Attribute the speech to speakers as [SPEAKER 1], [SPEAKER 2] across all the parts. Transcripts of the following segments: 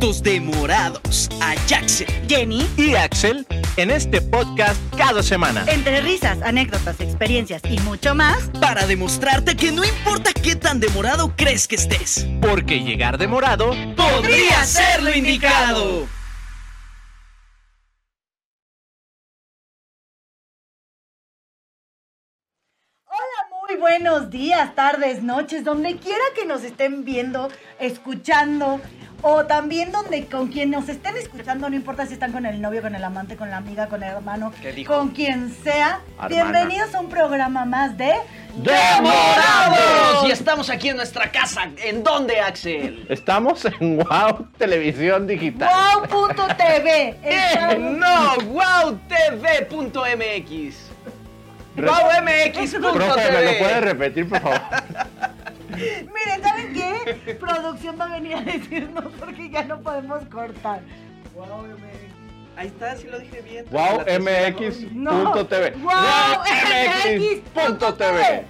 [SPEAKER 1] los demorados, a Jackson,
[SPEAKER 2] Jenny,
[SPEAKER 3] y Axel en este podcast cada semana.
[SPEAKER 2] entre risas, anécdotas, experiencias y mucho más,
[SPEAKER 1] para demostrarte que no importa qué tan demorado crees que estés,
[SPEAKER 3] Porque llegar demorado
[SPEAKER 1] podría ser lo indicado.
[SPEAKER 2] Muy buenos días, tardes, noches, donde quiera que nos estén viendo, escuchando o también donde con quien nos estén escuchando, no importa si están con el novio, con el amante, con la amiga, con el hermano,
[SPEAKER 1] ¿Qué dijo?
[SPEAKER 2] con quien sea.
[SPEAKER 3] Hermana.
[SPEAKER 2] Bienvenidos a un programa más de
[SPEAKER 1] ¡Demorados! Y estamos aquí en nuestra casa. ¿En dónde, Axel?
[SPEAKER 3] estamos en Wow Televisión Digital.
[SPEAKER 2] wow.tv.
[SPEAKER 1] En
[SPEAKER 2] Estamos-
[SPEAKER 1] no, wowtv.mx. wowmx.tv.
[SPEAKER 3] Profe, ¿me lo puede repetir, por favor?
[SPEAKER 2] Miren, ¿saben qué? Producción va a venir a decirnos porque ya no podemos cortar.
[SPEAKER 1] Ahí está, sí lo dije bien.
[SPEAKER 3] WowMX.tv.
[SPEAKER 2] ¡WowMX.tv!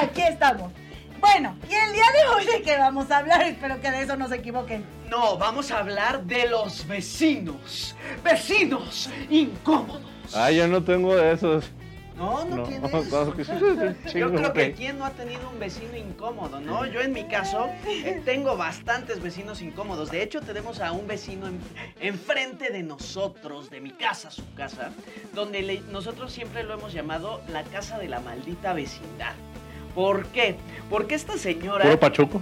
[SPEAKER 2] Aquí estamos. Bueno, y el día de hoy de qué vamos a hablar, espero que de eso no se equivoquen.
[SPEAKER 1] No, vamos a hablar de los vecinos. Vecinos incómodos.
[SPEAKER 3] Ah, yo no tengo de esos.
[SPEAKER 1] No, no,
[SPEAKER 3] No,
[SPEAKER 1] tienes.
[SPEAKER 3] no, que sí, sí, sí,
[SPEAKER 1] Yo
[SPEAKER 3] chingo,
[SPEAKER 1] creo que
[SPEAKER 3] güey.
[SPEAKER 1] quién no ha tenido un vecino incómodo, ¿no? Yo en mi caso eh, tengo bastantes vecinos incómodos. De hecho, tenemos a un vecino en- enfrente de nosotros, de mi casa, su casa, donde le- nosotros siempre lo hemos llamado la casa de la maldita vecindad. ¿Por qué? Porque esta señora...
[SPEAKER 3] ¿Puro Pachuco?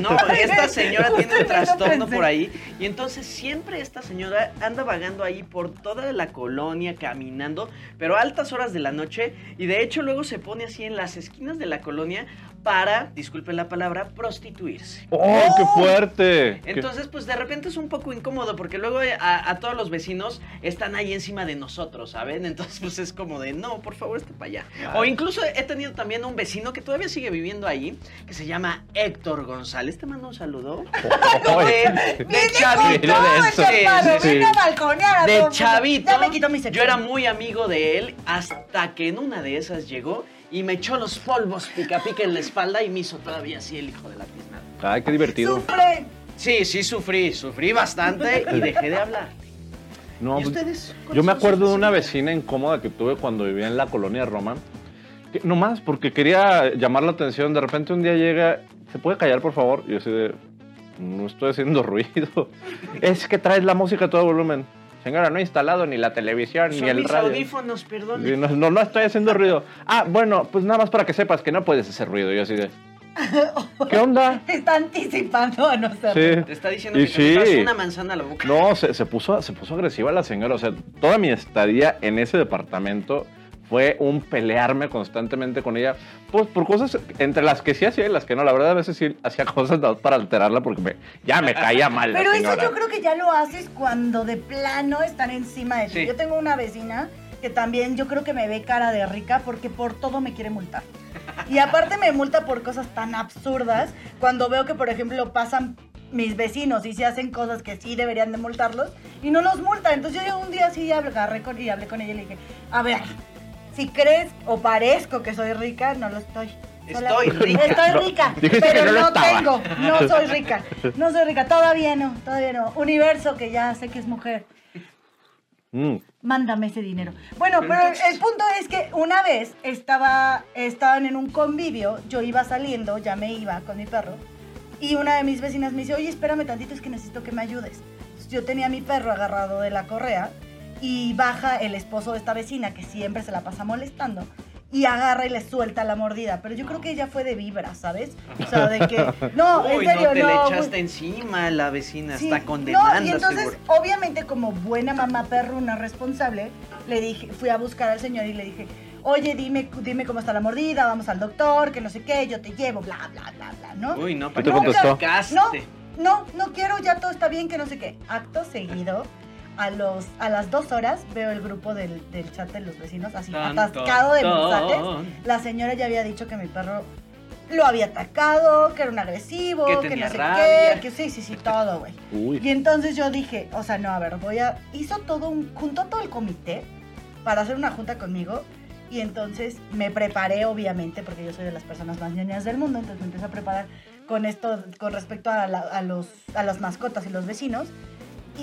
[SPEAKER 1] No, esta señora tiene
[SPEAKER 2] Justo
[SPEAKER 1] un
[SPEAKER 2] eso
[SPEAKER 1] trastorno
[SPEAKER 2] pensé.
[SPEAKER 1] por ahí. Y entonces siempre esta señora anda vagando ahí por toda la colonia, caminando, pero a altas horas de la noche. Y de hecho luego se pone así en las esquinas de la colonia para, disculpen la palabra, prostituirse.
[SPEAKER 3] ¡Oh, qué fuerte! Qué-
[SPEAKER 1] Entonces, pues de repente es un poco incómodo porque luego eh, a, a todos los vecinos están ahí encima de nosotros, ¿saben? Entonces, pues es como de, no, por favor, esté para allá. O incluso he tenido también un vecino que todavía sigue viviendo ahí, que se llama Héctor González. Te mando un saludo.
[SPEAKER 3] Oh,
[SPEAKER 1] de, de
[SPEAKER 2] Viene con
[SPEAKER 1] chavito.
[SPEAKER 2] todo
[SPEAKER 3] Sí,
[SPEAKER 2] este paro,
[SPEAKER 3] sí,
[SPEAKER 2] vino
[SPEAKER 3] sí.
[SPEAKER 2] a balconear a todo el
[SPEAKER 1] De
[SPEAKER 2] mundo.
[SPEAKER 1] chavito.
[SPEAKER 2] Ya me quito mi sección.
[SPEAKER 1] Yo era muy amigo de él hasta que en una de esas llegó y me echó los polvos pica pica en la espalda y me hizo todavía así el hijo de la pisnada.
[SPEAKER 3] Ay, qué divertido.
[SPEAKER 2] Sufre.
[SPEAKER 1] Sí, sí, sufrí, sufrí bastante y dejé de hablar.
[SPEAKER 3] No, pues,
[SPEAKER 1] ¿Y ustedes?
[SPEAKER 3] Yo me
[SPEAKER 1] ¿Cuáles son
[SPEAKER 3] acuerdo
[SPEAKER 1] sus
[SPEAKER 3] de una
[SPEAKER 1] vecinos?
[SPEAKER 3] vecina incómoda que tuve cuando vivía en la colonia Roma. que nomás porque quería llamar la atención. De repente un día llega, ¿se puede callar por favor? Y yo así de, no estoy haciendo ruido. es que traes la música a todo volumen. Señora, no he instalado ni la televisión ni
[SPEAKER 1] Son
[SPEAKER 3] el
[SPEAKER 1] mis
[SPEAKER 3] radio.
[SPEAKER 1] audífonos, perdón.
[SPEAKER 3] Sí, no, no, no estoy haciendo ruido. Ah, bueno, pues nada más para que sepas que no puedes hacer ruido. Y yo así de, ¿qué onda?
[SPEAKER 2] Te está anticipando a nosotros.
[SPEAKER 3] Sí.
[SPEAKER 1] Te está diciendo
[SPEAKER 3] Y
[SPEAKER 1] que te
[SPEAKER 3] sí.
[SPEAKER 1] pasó una manzana a la boca.
[SPEAKER 3] No, se, se puso, se puso agresiva la señora. O sea, toda mi estadía en ese departamento fue un pelearme constantemente con ella. Pues por cosas entre las que sí hacía y las que no. La verdad, a veces sí hacía cosas nada más para alterarla porque me- ya me caía mal. la
[SPEAKER 2] Pero eso
[SPEAKER 3] señora.
[SPEAKER 2] yo creo que ya lo haces cuando de plano están encima de ti.
[SPEAKER 1] Sí.
[SPEAKER 2] Yo tengo una vecina que también yo creo que me ve cara de rica porque por todo me quiere multar. Y aparte me multa por cosas tan absurdas cuando veo que, por ejemplo, pasan mis vecinos y se hacen cosas que sí deberían de multarlos y no los multan. Entonces yo un día sí agarré con, y hablé con ella y le dije, a ver, si crees o parezco que soy rica, no lo estoy. Sola-
[SPEAKER 1] Estoy rica.
[SPEAKER 2] Estoy
[SPEAKER 3] No,
[SPEAKER 2] rica,
[SPEAKER 3] dijiste
[SPEAKER 2] pero
[SPEAKER 3] que no lo
[SPEAKER 2] no
[SPEAKER 3] estaba.
[SPEAKER 2] tengo. No soy rica. No soy rica. Todavía no, todavía no. Universo, que ya sé que es mujer.
[SPEAKER 3] Mm,
[SPEAKER 2] Mándame ese dinero.
[SPEAKER 1] Mm.
[SPEAKER 2] Bueno, pero el punto es que una vez estaba, estaban en un convivio, yo iba saliendo, ya me iba con mi perro, y una de mis vecinas me dice, oye, espérame tantito, es que necesito que me ayudes. Entonces, Yo tenía a mi perro agarrado de la correa y baja el esposo de esta vecina, que siempre se la pasa molestando, y agarra y le suelta la mordida. Pero yo creo que ella fue de vibra, ¿sabes? O sea, de que... No,
[SPEAKER 1] Uy,
[SPEAKER 2] en serio,
[SPEAKER 1] no te le
[SPEAKER 2] no,
[SPEAKER 1] echaste
[SPEAKER 2] güey.
[SPEAKER 1] encima a la vecina,
[SPEAKER 2] Sí,
[SPEAKER 1] está con
[SPEAKER 2] no,
[SPEAKER 1] demanda,
[SPEAKER 2] y entonces,
[SPEAKER 1] seguro.
[SPEAKER 2] obviamente, como buena mamá perruna responsable, le dije, fui a buscar al señor y le dije, oye, dime, dime cómo está la mordida, vamos al doctor, que no sé qué, yo te llevo, bla, bla, bla, bla, ¿no?
[SPEAKER 1] Uy, no,
[SPEAKER 3] te
[SPEAKER 1] pero no
[SPEAKER 3] contestó?
[SPEAKER 1] sacaste.
[SPEAKER 2] No, no, no quiero, ya todo está bien, que no sé qué. Acto seguido, a, los, a las dos horas veo el grupo del, del chat de los vecinos así
[SPEAKER 1] Tan,
[SPEAKER 2] atascado de
[SPEAKER 1] tan,
[SPEAKER 2] mensajes.
[SPEAKER 1] tan.
[SPEAKER 2] La señora ya había dicho que mi perro lo había atacado, que era un agresivo,
[SPEAKER 1] Que
[SPEAKER 2] que
[SPEAKER 1] tenía
[SPEAKER 2] no sé
[SPEAKER 1] rabia.
[SPEAKER 2] qué, que sí, sí, sí, todo, güey. Y
[SPEAKER 3] uy.
[SPEAKER 2] entonces yo dije, o sea, no, a ver, voy a... Hizo todo un... Juntó todo el comité para hacer una junta conmigo. Y entonces me preparé, obviamente, porque yo soy de las personas más ñoñas del mundo. Entonces me empecé a preparar con esto, con respecto a, la- a los, a las mascotas y los vecinos.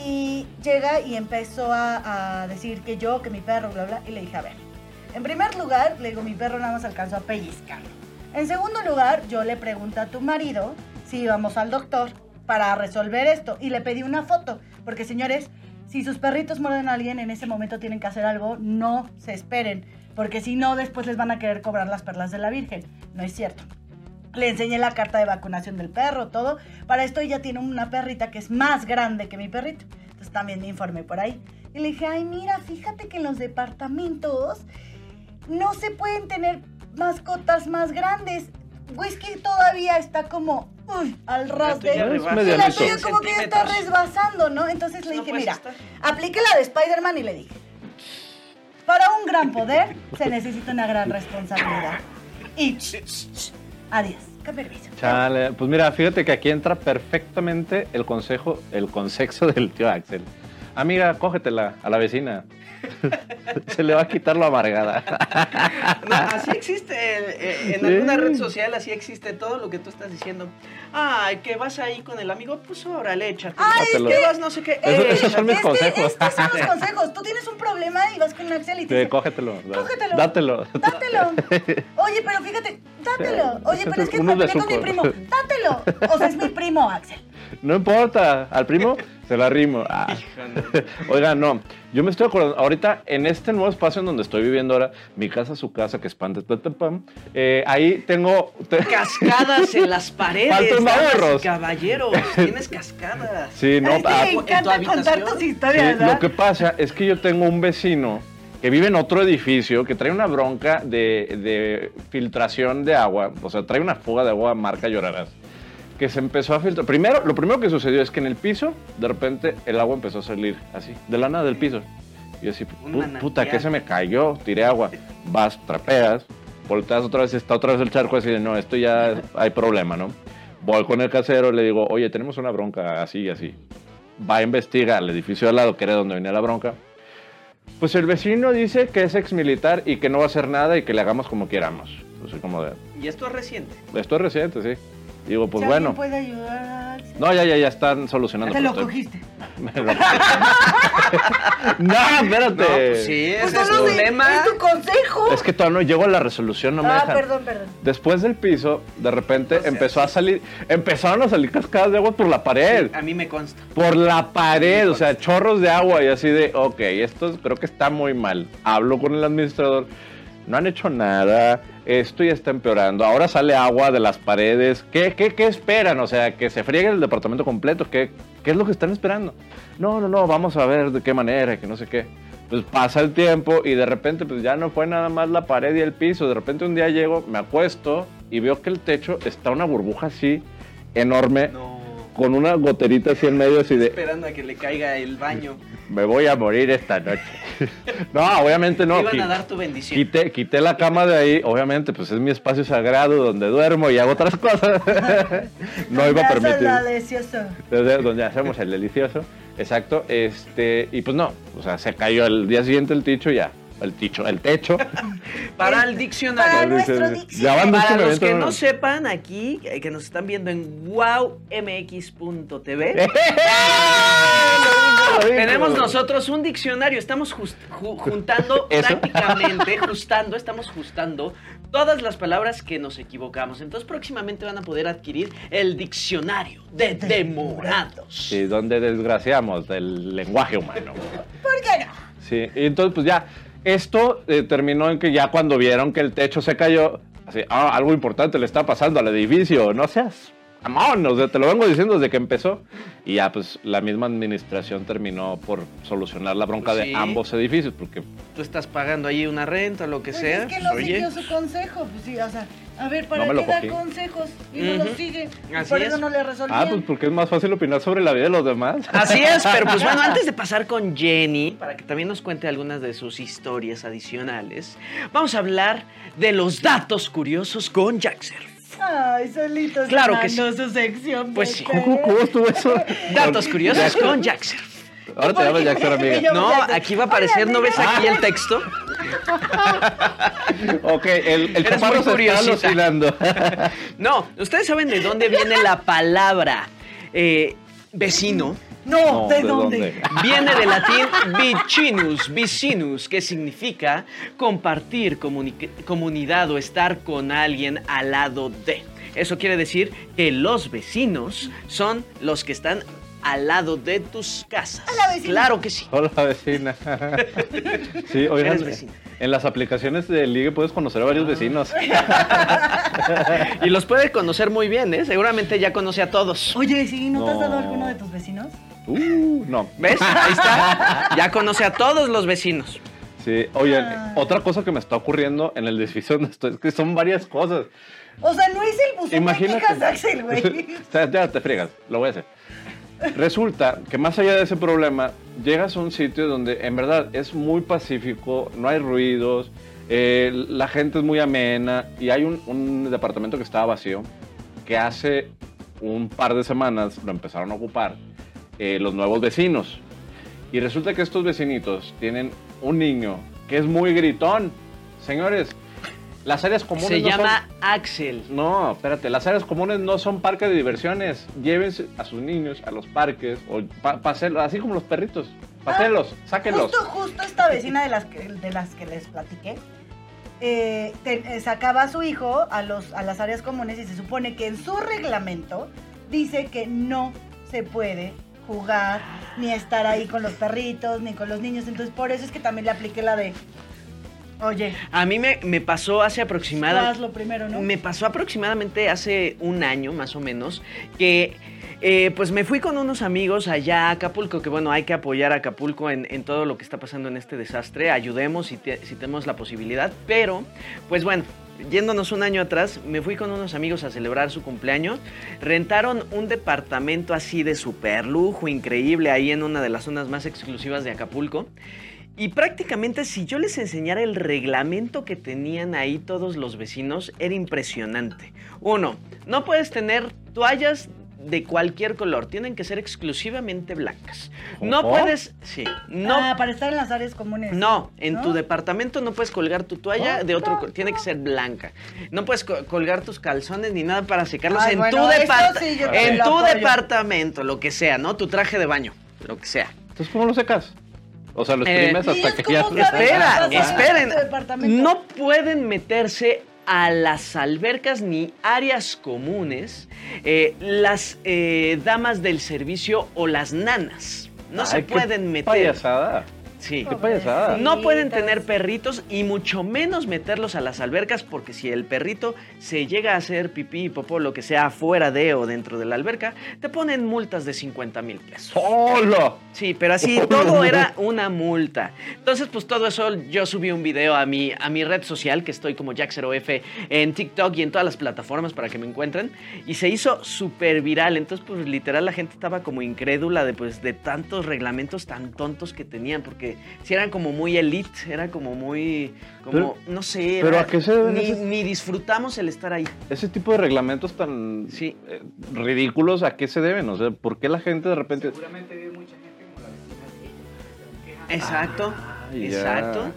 [SPEAKER 2] Y llega y empezó a, a decir que yo, que mi perro, bla, bla. Y le dije, a ver, en primer lugar, le digo, mi perro nada más alcanzó a pellizcarlo. En segundo lugar, yo le pregunto a tu marido si íbamos al doctor para resolver esto. Y le pedí una foto, porque señores, si sus perritos muerden a alguien, en ese momento tienen que hacer algo, no se esperen, porque si no, después les van a querer cobrar las perlas de la Virgen. No es cierto. Le enseñé la carta de vacunación del perro, todo. Para esto ella tiene una perrita que es más grande que mi perrito. Entonces también me informé por ahí. Y le dije, ay, mira, fíjate que en los departamentos no se pueden tener mascotas más grandes. Whisky todavía está como uy, al ras
[SPEAKER 1] tuya
[SPEAKER 2] de...
[SPEAKER 1] rebasa
[SPEAKER 2] Y
[SPEAKER 3] Es medio
[SPEAKER 2] la
[SPEAKER 3] liso.
[SPEAKER 2] tuya como que ya está
[SPEAKER 1] Centímetros.
[SPEAKER 2] resbasando, ¿no? Entonces le
[SPEAKER 1] No
[SPEAKER 2] dije,
[SPEAKER 1] puedes
[SPEAKER 2] mira,
[SPEAKER 1] estar.
[SPEAKER 2] aplique la de Spider-Man y le dije, para un gran poder se necesita una gran responsabilidad. Y adiós, con permiso.
[SPEAKER 3] Chale, pues mira, fíjate que aquí entra perfectamente el consejo, el consejo del tío Axel. Amiga, cógetela a la vecina. Se le va a quitar lo amargada.
[SPEAKER 1] No, así existe, eh, eh, en
[SPEAKER 3] Sí.
[SPEAKER 1] alguna red social así existe todo lo que tú estás diciendo. Ay, que vas ahí con el amigo, pues órale, échate.
[SPEAKER 2] Ay,
[SPEAKER 3] es
[SPEAKER 1] que
[SPEAKER 3] que-
[SPEAKER 1] vas no sé qué.
[SPEAKER 3] Eso-
[SPEAKER 1] eh,
[SPEAKER 3] esos son mis
[SPEAKER 2] Es que
[SPEAKER 3] consejos.
[SPEAKER 2] estos son los consejos. Tú tienes un problema y vas con Axel y te
[SPEAKER 3] Sí,
[SPEAKER 2] dice,
[SPEAKER 3] cógetelo. da-
[SPEAKER 2] Cógetelo.
[SPEAKER 3] Dátelo.
[SPEAKER 2] dátelo. Oye, pero fíjate, dátelo. Oye, pero es que
[SPEAKER 3] Unos
[SPEAKER 2] platiqué con mi primo.
[SPEAKER 3] besucos.
[SPEAKER 2] Dátelo. O sea, es mi primo, Axel.
[SPEAKER 3] No importa. Al primo se la rimo. Ah.
[SPEAKER 1] Híjole.
[SPEAKER 3] Oiga, no, yo me estoy acordando, ahorita en este nuevo espacio en donde estoy viviendo ahora, mi casa, su casa, que espante, tatapam, eh, ahí tengo... te-
[SPEAKER 1] Cascadas en las paredes.
[SPEAKER 3] Faltan
[SPEAKER 1] damas y
[SPEAKER 3] ahorros.
[SPEAKER 1] Caballeros, tienes cascadas.
[SPEAKER 3] Sí, no,
[SPEAKER 2] A ti
[SPEAKER 3] ah,
[SPEAKER 2] me
[SPEAKER 1] ¿en tu
[SPEAKER 2] encanta contar
[SPEAKER 1] habitación?
[SPEAKER 2] tus
[SPEAKER 3] sí,
[SPEAKER 2] historias, ¿verdad?
[SPEAKER 3] lo que pasa es que yo tengo un vecino que vive en otro edificio, que trae una bronca de, de filtración de agua, o sea, trae una fuga de agua marca Llorarás, que se empezó a filtrar. Primero, lo primero que sucedió es que en el piso, de repente, el agua empezó a salir, así, de la nada del piso. Y yo así,
[SPEAKER 1] Un
[SPEAKER 3] "Pu-
[SPEAKER 1] manantial.
[SPEAKER 3] puta, que se me cayó, tiré agua. Vas, trapeas, volteas otra vez, está otra vez el charco, así de, no, esto ya hay problema, ¿no? Voy con el casero, le digo, oye, tenemos una bronca así y así. Va a investigar el edificio de al lado, que era donde venía la bronca. Pues el vecino dice que es exmilitar y que no va a hacer nada y que le hagamos como queramos. Entonces, como de,
[SPEAKER 1] Y esto es reciente.
[SPEAKER 3] esto es reciente, sí. Digo, pues
[SPEAKER 2] Si alguien
[SPEAKER 3] bueno. pues
[SPEAKER 2] puede ayudar a Axel.
[SPEAKER 3] No, ya, ya, ya están solucionando.
[SPEAKER 2] Te lo
[SPEAKER 3] pero estoy-
[SPEAKER 2] cogiste.
[SPEAKER 3] me lo- no, espérate.
[SPEAKER 1] No, pues sí, ese
[SPEAKER 2] Pues
[SPEAKER 1] es
[SPEAKER 2] no
[SPEAKER 1] el
[SPEAKER 2] lo sé,
[SPEAKER 1] problema.
[SPEAKER 2] Es tu consejo.
[SPEAKER 3] Es que todavía no llego a la resolución, no me
[SPEAKER 2] ah,
[SPEAKER 3] dejan.
[SPEAKER 2] perdón, perdón.
[SPEAKER 3] Después del piso, de repente
[SPEAKER 1] O sea,
[SPEAKER 3] empezó a salir, empezaron a salir cascadas de agua por la pared.
[SPEAKER 1] A mí me consta.
[SPEAKER 3] Por la pared, o sea, chorros de agua y así de, ok, esto es- creo que está muy mal. Hablo con el administrador, no han hecho nada, esto ya está empeorando, ahora sale agua de las paredes, ¿qué, qué, qué esperan? O sea, que se friegue el departamento completo, ¿qué, ¿qué es lo que están esperando? No, no, no, vamos a ver de qué manera, que no sé qué. Pues pasa el tiempo y de repente pues ya no fue nada más la pared y el piso, de repente un día llego, me acuesto y veo que el techo está una burbuja así enorme
[SPEAKER 1] No.
[SPEAKER 3] con una goterita así en medio, así de,
[SPEAKER 1] Esperando a que le caiga el baño.
[SPEAKER 3] me voy a morir esta noche. no, obviamente no.
[SPEAKER 1] Te iban
[SPEAKER 3] qui-
[SPEAKER 1] a dar tu bendición.
[SPEAKER 3] Quité, quité la cama de ahí, obviamente, pues es mi espacio sagrado donde duermo y hago otras cosas. no iba a
[SPEAKER 2] Gracias,
[SPEAKER 3] permitir.
[SPEAKER 2] la deliciosa.
[SPEAKER 3] Desde donde hacemos el delicioso. Exacto. Este, y pues no, o sea, se cayó el día siguiente el techo y ya. El techo, el techo.
[SPEAKER 1] Para el diccionario.
[SPEAKER 2] Para nuestro diccionario.
[SPEAKER 3] Ya van dos
[SPEAKER 1] Para
[SPEAKER 3] me
[SPEAKER 1] los que
[SPEAKER 3] aviento
[SPEAKER 1] no
[SPEAKER 3] uno.
[SPEAKER 1] sepan, aquí, eh, que nos están viendo en wowmx.tv,
[SPEAKER 3] ¡Eh! Lo dijo, lo dijo.
[SPEAKER 1] tenemos nosotros un diccionario. Estamos just- ju- juntando
[SPEAKER 3] Eso.
[SPEAKER 1] prácticamente, justando, estamos justando todas las palabras que nos equivocamos. Entonces, próximamente van a poder adquirir el diccionario de demorados.
[SPEAKER 3] Sí, donde desgraciamos del lenguaje humano.
[SPEAKER 2] ¿Por qué no?
[SPEAKER 3] Sí, y entonces pues ya, esto eh, terminó en que ya cuando vieron que el techo se cayó, así, "Ah, algo importante le está pasando al edificio, no seas... Amón, o sea, te lo vengo diciendo desde que empezó. Y ya, pues la misma administración terminó por solucionar la bronca
[SPEAKER 1] Sí.
[SPEAKER 3] de ambos edificios, porque
[SPEAKER 1] Tú estás pagando ahí una renta, lo que
[SPEAKER 2] Pues
[SPEAKER 1] sea.
[SPEAKER 2] es que no
[SPEAKER 1] Oye.
[SPEAKER 2] siguió su consejo. Pues sí, o sea, a ver, ¿para
[SPEAKER 3] No me lo
[SPEAKER 2] qué da
[SPEAKER 3] cogí.
[SPEAKER 2] consejos? Y no
[SPEAKER 1] Ujú.
[SPEAKER 2] lo sigue. Y
[SPEAKER 1] Así
[SPEAKER 2] por
[SPEAKER 1] es.
[SPEAKER 2] eso no le resolvió.
[SPEAKER 3] ah, pues porque es más fácil opinar sobre la vida de los demás.
[SPEAKER 1] Así es, pero pues bueno, antes de pasar con Jenny, para que también nos cuente algunas de sus historias adicionales, vamos a hablar de los datos curiosos con Jaxer.
[SPEAKER 3] pues.
[SPEAKER 2] Ay, solito
[SPEAKER 1] Claro que
[SPEAKER 2] sacando su sección.
[SPEAKER 1] Pues sí.
[SPEAKER 3] ¿Cómo, cómo estuvo eso?
[SPEAKER 1] Datos curiosos con Jaxer.
[SPEAKER 3] Ahora te llamas Jackson,
[SPEAKER 2] Me
[SPEAKER 3] amiga.
[SPEAKER 2] llamo
[SPEAKER 1] No,
[SPEAKER 2] Jaxer.
[SPEAKER 1] aquí va a aparecer, ¿no ves aquí el texto?
[SPEAKER 3] Ok, el, el
[SPEAKER 1] Eres
[SPEAKER 3] chaparro
[SPEAKER 1] muy
[SPEAKER 3] se está
[SPEAKER 1] curiosita.
[SPEAKER 3] alucinando.
[SPEAKER 1] No, ustedes saben de dónde viene la palabra eh, vecino.
[SPEAKER 2] No,
[SPEAKER 3] No,
[SPEAKER 2] ¿de,
[SPEAKER 3] ¿de
[SPEAKER 2] dónde?
[SPEAKER 3] dónde?
[SPEAKER 1] Viene del latín vicinus, vicinus, que significa compartir comuni- comunidad o estar con alguien al lado de. Eso quiere decir que los vecinos son los que están al lado de tus casas.
[SPEAKER 2] A la vecina.
[SPEAKER 1] Claro que sí.
[SPEAKER 3] Hola vecina. Sí, oigan,
[SPEAKER 1] Eres vecina. Ah.
[SPEAKER 3] en las aplicaciones de ligue puedes conocer a varios vecinos.
[SPEAKER 1] Y los puede conocer muy bien, ¿eh? Seguramente ya conoce a todos.
[SPEAKER 2] Oye, sí, ¿no, te has dado
[SPEAKER 3] No.
[SPEAKER 2] alguno de tus vecinos?
[SPEAKER 3] Uh, no.
[SPEAKER 1] ¿Ves? Ahí está. Ya conoce a todos los vecinos.
[SPEAKER 3] Sí, oigan,
[SPEAKER 1] Ah.
[SPEAKER 2] Ay.
[SPEAKER 3] otra cosa que me está ocurriendo en el edificio donde estoy, es que son varias cosas.
[SPEAKER 2] O sea, no es el buzón de quejas de
[SPEAKER 3] Imagínate.
[SPEAKER 2] Axel, güey.
[SPEAKER 3] O sea, ya te friegas, lo voy a hacer. Resulta que más allá de ese problema, llegas a un sitio donde en verdad es muy pacífico, no hay ruidos, eh, la gente es muy amena y hay un, un departamento que estaba vacío que hace un par de semanas lo empezaron a ocupar eh, los nuevos vecinos. Y resulta que estos vecinitos tienen un niño que es muy gritón. Señores, las áreas comunes
[SPEAKER 1] Se
[SPEAKER 3] no son-
[SPEAKER 1] llama Axel.
[SPEAKER 3] no, espérate, las áreas comunes no son parques de diversiones. Llévense a sus niños a los parques o pa- pásenlo, así como los perritos. Pásenlos, sáquenlos.
[SPEAKER 2] Justo, justo esta vecina de las que, de las que les platiqué, eh, te- eh, sacaba a su hijo a, los, a las áreas comunes y se supone que en su reglamento dice que no se puede jugar ni estar ahí con los perritos ni con los niños. Entonces, por eso es que también le apliqué la de, oye,
[SPEAKER 1] A mí me, me pasó hace
[SPEAKER 2] tú
[SPEAKER 1] aproximadamente...
[SPEAKER 2] hazlo primero, ¿no?
[SPEAKER 1] Me pasó aproximadamente hace un año, más o menos, que eh, pues me fui con unos amigos allá a Acapulco, que bueno, hay que apoyar a Acapulco en, en todo lo que está pasando en este desastre, ayudemos si, te- si tenemos la posibilidad, pero pues bueno. Yéndonos un año atrás, me fui con unos amigos a celebrar su cumpleaños. Rentaron un departamento así de super lujo, increíble, ahí en una de las zonas más exclusivas de Acapulco. Y prácticamente si yo les enseñara el reglamento que tenían ahí todos los vecinos, era impresionante. Uno, no puedes tener toallas de cualquier color, tienen que ser exclusivamente blancas. No
[SPEAKER 3] ¿Ojo?
[SPEAKER 1] puedes, sí, no
[SPEAKER 2] Ah, para estar en las áreas comunes.
[SPEAKER 1] no, en
[SPEAKER 2] ¿No?
[SPEAKER 1] tu departamento no puedes colgar tu toalla
[SPEAKER 3] Oh,
[SPEAKER 1] de otro, co- tiene que ser blanca. No puedes co- colgar tus calzones ni nada para secarlos
[SPEAKER 2] Ay,
[SPEAKER 1] en
[SPEAKER 2] bueno,
[SPEAKER 1] tu
[SPEAKER 2] eso
[SPEAKER 1] departamento,
[SPEAKER 2] sí, yo
[SPEAKER 3] te
[SPEAKER 1] en
[SPEAKER 2] lo
[SPEAKER 1] tu
[SPEAKER 2] apoyo.
[SPEAKER 1] departamento, lo que sea, ¿no? Tu traje de baño, lo que sea.
[SPEAKER 3] Entonces, ¿cómo lo secas? O sea, lo
[SPEAKER 1] Eh,
[SPEAKER 3] exprimes
[SPEAKER 2] Niños,
[SPEAKER 3] hasta que
[SPEAKER 2] ¿cómo
[SPEAKER 3] ya...
[SPEAKER 2] saben qué
[SPEAKER 1] Espera,
[SPEAKER 2] pasa en
[SPEAKER 1] esperen.
[SPEAKER 2] tu departamento?
[SPEAKER 1] No pueden meterse a las albercas ni áreas comunes eh, las eh, damas del servicio o las nanas. No se
[SPEAKER 3] Ay, qué
[SPEAKER 1] pueden meter.
[SPEAKER 3] payasada.
[SPEAKER 1] Sí.
[SPEAKER 3] Qué payasada.
[SPEAKER 1] No pueden
[SPEAKER 2] Pobrecitas.
[SPEAKER 1] tener perritos y mucho menos meterlos a las albercas porque si el perrito se llega a hacer pipí, popó, lo que sea afuera de o dentro de la alberca, te ponen multas de 50 mil pesos.
[SPEAKER 3] ¡Solo!
[SPEAKER 1] Sí, pero así todo era una multa. Entonces, pues todo eso, yo subí un video a mi, a mi red social, que estoy como Jack0F en TikTok y en todas las plataformas para que me encuentren, y se hizo súper viral. Entonces, pues literal la gente estaba como incrédula de, pues, de tantos reglamentos tan tontos que tenían, porque si eran como muy elite, era como muy, como,
[SPEAKER 3] Pero-
[SPEAKER 1] no sé,
[SPEAKER 3] pero
[SPEAKER 1] era-
[SPEAKER 3] ¿a qué se deben
[SPEAKER 1] ni,
[SPEAKER 3] esos-
[SPEAKER 1] ni disfrutamos el estar ahí.
[SPEAKER 3] Ese tipo de reglamentos tan
[SPEAKER 1] Sí.
[SPEAKER 3] eh, ridículos, ¿a qué se deben? O sea, ¿por qué la gente de repente...
[SPEAKER 4] Seguramente vive mucha gente como la vecina de ellos. que se quejan.
[SPEAKER 1] Exacto,
[SPEAKER 3] Ah, ya.
[SPEAKER 1] exacto.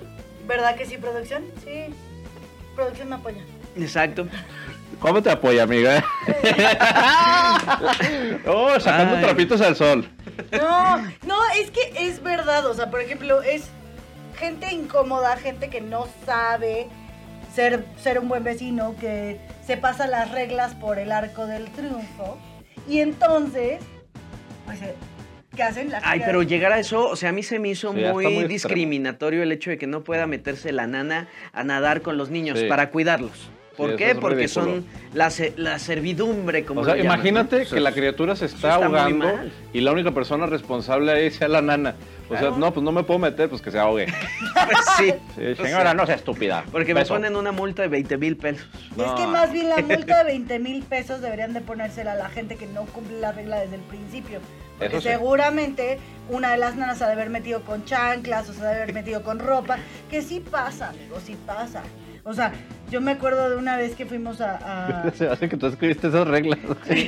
[SPEAKER 2] ¿Verdad que sí, producción? Sí. Producción me apoya.
[SPEAKER 1] Exacto.
[SPEAKER 3] ¿Cómo te apoya, amiga? oh, sacando
[SPEAKER 1] Ay.
[SPEAKER 3] trapitos al sol.
[SPEAKER 2] No, no, es que es verdad. O sea, por ejemplo, es gente incómoda, gente que no sabe ser, ser un buen vecino, que se pasa las reglas por el arco del triunfo. Y entonces, pues, eh, ¿qué hacen? La
[SPEAKER 1] Ay,
[SPEAKER 2] gente-
[SPEAKER 1] pero llegar a eso, o sea, a mí se me hizo
[SPEAKER 3] Sí, ya está
[SPEAKER 1] muy,
[SPEAKER 3] muy extremo.
[SPEAKER 1] discriminatorio el hecho de que no pueda meterse la nana a nadar con los niños
[SPEAKER 3] Sí.
[SPEAKER 1] para cuidarlos. ¿Por
[SPEAKER 3] eso
[SPEAKER 1] qué?
[SPEAKER 3] es
[SPEAKER 1] Porque
[SPEAKER 3] ridículo.
[SPEAKER 1] son la, se- la servidumbre, como
[SPEAKER 3] O sea,
[SPEAKER 1] lo llaman,
[SPEAKER 3] imagínate
[SPEAKER 1] ¿no?
[SPEAKER 3] que la criatura se está,
[SPEAKER 1] está muy
[SPEAKER 3] ahogando
[SPEAKER 1] mal.
[SPEAKER 3] y la única persona responsable ahí sea la nana. O sea, no, pues no me puedo meter, pues que se ahogue.
[SPEAKER 1] Pues sí,
[SPEAKER 3] Sí,
[SPEAKER 1] O
[SPEAKER 3] señora,
[SPEAKER 1] sea,
[SPEAKER 3] no sea estúpida.
[SPEAKER 1] porque
[SPEAKER 3] Beso.
[SPEAKER 1] me ponen una multa de 20 mil pesos.
[SPEAKER 2] Y es
[SPEAKER 3] No.
[SPEAKER 2] que más bien la multa de 20 mil pesos deberían de ponérsela a la gente que no cumple la regla desde el principio. Porque
[SPEAKER 3] Eso sí.
[SPEAKER 2] seguramente una de las nanas se ha de haber metido con chanclas o se ha de haber metido con ropa. Que sí pasa, amigo, sí pasa. O sea, yo me acuerdo de una vez que fuimos a... a-
[SPEAKER 3] Se hace que tú escribiste esas reglas.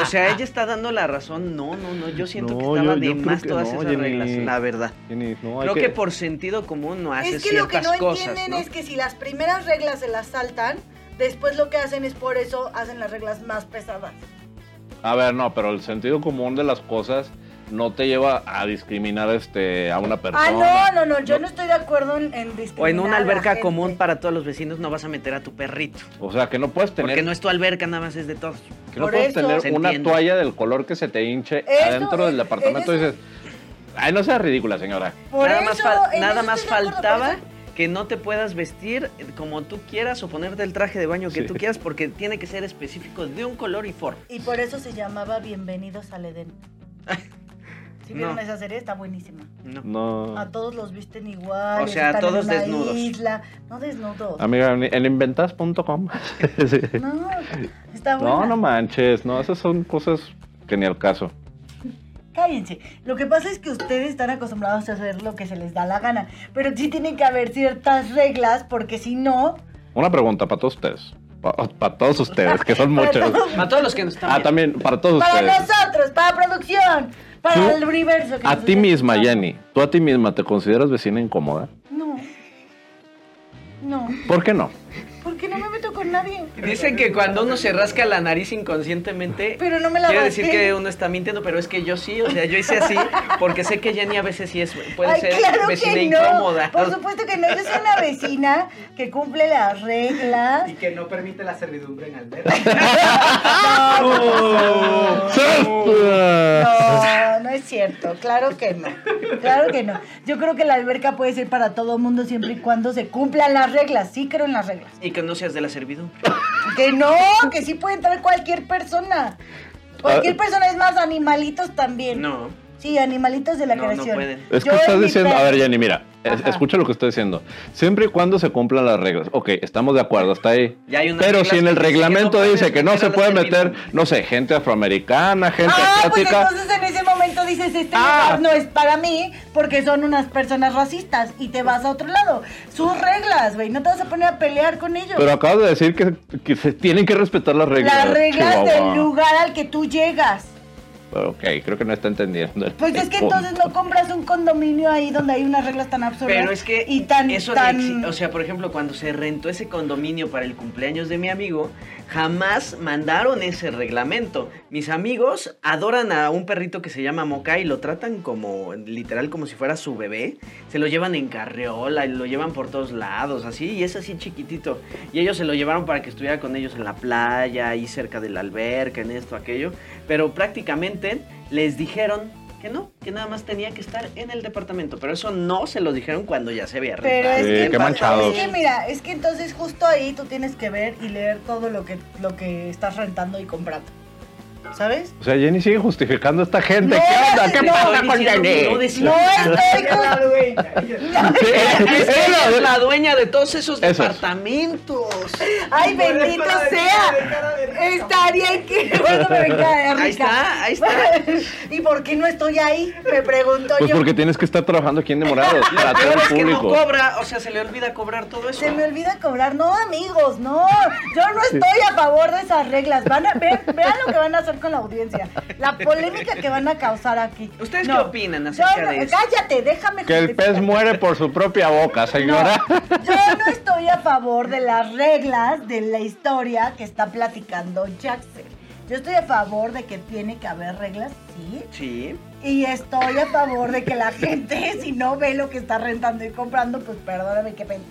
[SPEAKER 1] O sea, ella está dando la razón. No, no, no, yo siento que
[SPEAKER 3] No,
[SPEAKER 1] estaba
[SPEAKER 3] yo-
[SPEAKER 1] de
[SPEAKER 3] yo creo
[SPEAKER 1] más
[SPEAKER 3] que
[SPEAKER 1] todas
[SPEAKER 3] no,
[SPEAKER 1] esas
[SPEAKER 3] Jenny.
[SPEAKER 1] reglas, la verdad.
[SPEAKER 3] Jenny, no, hay
[SPEAKER 1] Creo que... por sentido común no hace
[SPEAKER 2] Es que lo que
[SPEAKER 1] ciertas
[SPEAKER 2] no
[SPEAKER 1] cosas,
[SPEAKER 2] entienden
[SPEAKER 1] ¿no?
[SPEAKER 2] es que si las primeras reglas se las saltan, después lo que hacen es por eso hacen las reglas más pesadas.
[SPEAKER 3] A ver, no, pero el sentido común de las cosas no te lleva a discriminar este, a una persona.
[SPEAKER 2] Ah, no, no, no, yo no estoy de acuerdo en, en
[SPEAKER 1] O en
[SPEAKER 2] discriminar
[SPEAKER 1] una
[SPEAKER 2] a la
[SPEAKER 1] alberca
[SPEAKER 2] gente.
[SPEAKER 1] común para todos los vecinos no vas a meter a tu perrito.
[SPEAKER 3] O sea, que no puedes tener,
[SPEAKER 1] Porque no es tu alberca, nada más es de todos.
[SPEAKER 3] que no
[SPEAKER 2] por
[SPEAKER 3] puedes
[SPEAKER 2] eso.
[SPEAKER 3] tener
[SPEAKER 1] Se
[SPEAKER 3] una
[SPEAKER 1] entiende.
[SPEAKER 3] toalla del color que se te hinche
[SPEAKER 2] Eso,
[SPEAKER 3] adentro del
[SPEAKER 2] eh,
[SPEAKER 3] apartamento. Y
[SPEAKER 2] ellos-
[SPEAKER 3] dices, ay, no sea ridícula, señora.
[SPEAKER 2] Por
[SPEAKER 1] nada
[SPEAKER 2] eso,
[SPEAKER 1] más, fal-
[SPEAKER 2] en
[SPEAKER 1] nada
[SPEAKER 2] eso
[SPEAKER 1] más
[SPEAKER 2] estoy de acuerdo,
[SPEAKER 1] faltaba
[SPEAKER 2] por eso.
[SPEAKER 1] que no te puedas vestir como tú quieras o ponerte el traje de baño que
[SPEAKER 3] Sí.
[SPEAKER 1] tú quieras porque tiene que ser específico de un color y forma.
[SPEAKER 2] Y por eso se llamaba Bienvenidos al Edén. Si vieron
[SPEAKER 1] No.
[SPEAKER 2] esa serie, está buenísima.
[SPEAKER 1] No.
[SPEAKER 3] Mm. No.
[SPEAKER 2] A todos los visten igual.
[SPEAKER 1] O sea,
[SPEAKER 2] están
[SPEAKER 1] todos
[SPEAKER 2] en una
[SPEAKER 1] desnudos.
[SPEAKER 2] Isla. No desnudos.
[SPEAKER 3] Amiga, en- en inventas.com. Sí.
[SPEAKER 2] No, está buena.
[SPEAKER 3] No, no manches, no, esas son cosas que ni al caso.
[SPEAKER 2] Cállense. Lo que pasa es que ustedes están acostumbrados a hacer lo que se les da la gana. Pero sí tienen que haber ciertas reglas, porque si no.
[SPEAKER 3] Una pregunta para todos ustedes. Para, todos ustedes, que son muchos.
[SPEAKER 1] A todos los que nos están
[SPEAKER 3] Ah,
[SPEAKER 1] viendo.
[SPEAKER 3] también, para todos
[SPEAKER 2] Para
[SPEAKER 3] ustedes.
[SPEAKER 2] nosotros, para producción, para
[SPEAKER 3] Tú,
[SPEAKER 2] el universo. que
[SPEAKER 3] A
[SPEAKER 2] nos
[SPEAKER 3] ti
[SPEAKER 2] esté
[SPEAKER 3] misma,
[SPEAKER 2] escuchando.
[SPEAKER 3] Jenny, ¿tú a ti misma te consideras vecina incómoda?
[SPEAKER 2] No. No.
[SPEAKER 3] ¿Por qué no?
[SPEAKER 2] Porque no me meto con nadie.
[SPEAKER 1] Dicen que cuando uno se rasca la nariz inconscientemente,
[SPEAKER 2] Pero no me la
[SPEAKER 1] quiere
[SPEAKER 2] rasqué.
[SPEAKER 1] decir que uno está mintiendo, pero es que yo sí, o sea, yo hice así porque sé que Jenny a veces sí es, puede
[SPEAKER 2] Ay,
[SPEAKER 1] ser
[SPEAKER 2] claro
[SPEAKER 1] vecina
[SPEAKER 2] que no.
[SPEAKER 1] incómoda.
[SPEAKER 2] Por supuesto que no. Yo soy una vecina que cumple las reglas.
[SPEAKER 4] Y que no permite la servidumbre en alberca.
[SPEAKER 2] No, no es cierto, claro que no, claro que no. Yo creo que la alberca puede ser para todo mundo siempre y cuando se cumplan las reglas, sí creo en las reglas.
[SPEAKER 1] Y que no seas de la servidumbre.
[SPEAKER 2] Que no, que sí puede entrar cualquier persona. Cualquier
[SPEAKER 3] Ah.
[SPEAKER 2] persona, es más, animalitos también.
[SPEAKER 1] No.
[SPEAKER 2] Sí, animalitos de la
[SPEAKER 1] No, no
[SPEAKER 2] creación.
[SPEAKER 1] pueden.
[SPEAKER 3] Es que
[SPEAKER 2] Yo en
[SPEAKER 3] estás
[SPEAKER 2] mi
[SPEAKER 3] diciendo, a
[SPEAKER 2] perro-
[SPEAKER 3] ver Jenny, mira, es-
[SPEAKER 2] Ajá.
[SPEAKER 3] escucha lo que estoy diciendo. Siempre y cuando se cumplan las reglas. Ok, estamos de acuerdo, hasta ahí.
[SPEAKER 1] Ya hay unas
[SPEAKER 3] Pero
[SPEAKER 1] reglas
[SPEAKER 3] si en el
[SPEAKER 1] que dicen que no
[SPEAKER 3] reglamento
[SPEAKER 1] puedes
[SPEAKER 3] dice que no
[SPEAKER 1] meter a
[SPEAKER 3] se
[SPEAKER 1] la
[SPEAKER 3] puede meter,
[SPEAKER 1] servidumbre.
[SPEAKER 3] no sé, gente afroamericana, gente
[SPEAKER 2] Ah, pues
[SPEAKER 3] asiática.
[SPEAKER 2] entonces en ese momento dices, este
[SPEAKER 3] Ah.
[SPEAKER 2] lugar no es para mí porque son unas personas racistas y te vas a otro lado. Sus reglas, güey, no te vas a poner a pelear con ellos.
[SPEAKER 3] Pero acabas de decir que, que se tienen que respetar las reglas.
[SPEAKER 2] Las reglas
[SPEAKER 3] Chihuahua.
[SPEAKER 2] del lugar al que tú llegas.
[SPEAKER 3] Ok, creo que no está entendiendo. el-
[SPEAKER 2] Pues es
[SPEAKER 3] el
[SPEAKER 2] que
[SPEAKER 3] punto.
[SPEAKER 2] entonces no compras un condominio ahí donde hay unas reglas tan absurdas
[SPEAKER 1] Pero es que
[SPEAKER 2] y tan
[SPEAKER 1] eso no
[SPEAKER 2] tan
[SPEAKER 1] exi- o sea, por ejemplo, cuando se rentó ese condominio para el cumpleaños de mi amigo, jamás mandaron ese reglamento. Mis amigos adoran a un perrito que se llama Moca y lo tratan como literal como si fuera su bebé. Se lo llevan en carriola, y lo llevan por todos lados, así y es así chiquitito. Y ellos se lo llevaron para que estuviera con ellos en la playa, ahí cerca de la alberca, en esto, aquello, pero prácticamente les dijeron que no, que nada más tenía que estar en el departamento. Pero eso no se lo dijeron cuando ya se había
[SPEAKER 2] pero
[SPEAKER 1] rentado.
[SPEAKER 2] es
[SPEAKER 3] Sí,
[SPEAKER 2] que
[SPEAKER 3] qué manchados.
[SPEAKER 2] es que mira, es que entonces justo ahí tú tienes que ver y leer todo lo que lo que estás rentando y comprando. ¿Sabes?
[SPEAKER 3] O sea, Jenny sigue justificando a esta gente.
[SPEAKER 2] No, pues
[SPEAKER 3] ¿Qué onda? ¿Qué
[SPEAKER 2] no,
[SPEAKER 3] pasa
[SPEAKER 1] estoy
[SPEAKER 3] con
[SPEAKER 1] diciendo que no
[SPEAKER 3] Jenny?
[SPEAKER 1] des-
[SPEAKER 2] No estoy justo.
[SPEAKER 4] La dueña.
[SPEAKER 3] Sí,
[SPEAKER 1] Es que
[SPEAKER 3] ella
[SPEAKER 1] ella es
[SPEAKER 3] es
[SPEAKER 1] la dueña de todos esos
[SPEAKER 3] Esos.
[SPEAKER 1] departamentos.
[SPEAKER 2] Ay, bendito sea. Estaría que cuando me venga de rica.
[SPEAKER 1] Ahí está, ahí está.
[SPEAKER 2] ¿Y por qué no estoy ahí? Me pregunto
[SPEAKER 3] Pues
[SPEAKER 2] yo.
[SPEAKER 3] porque tienes que estar trabajando aquí en Demorados para todo
[SPEAKER 1] Pero es
[SPEAKER 3] el
[SPEAKER 1] que no
[SPEAKER 3] público.
[SPEAKER 1] cobra, o sea, se le olvida cobrar todo eso.
[SPEAKER 2] Se me olvida cobrar. No, amigos, no. Yo no estoy a favor de esas reglas. Van a, vean, vean lo que van a hacer con la audiencia. La polémica que van a causar aquí.
[SPEAKER 1] ¿Ustedes
[SPEAKER 2] No.
[SPEAKER 1] qué opinan
[SPEAKER 2] Yo
[SPEAKER 1] acerca
[SPEAKER 2] no-
[SPEAKER 1] de eso?
[SPEAKER 2] cállate, déjame
[SPEAKER 3] Que el pez
[SPEAKER 2] justificar.
[SPEAKER 3] muere por su propia boca, señora.
[SPEAKER 2] Yo no estoy a favor de las reglas de la historia que está platicando Jackson. Yo estoy a favor de que tiene que haber reglas, sí.
[SPEAKER 1] Sí.
[SPEAKER 2] Y estoy a favor de que la gente, si no ve lo que está rentando y comprando, pues perdóname, qué pena.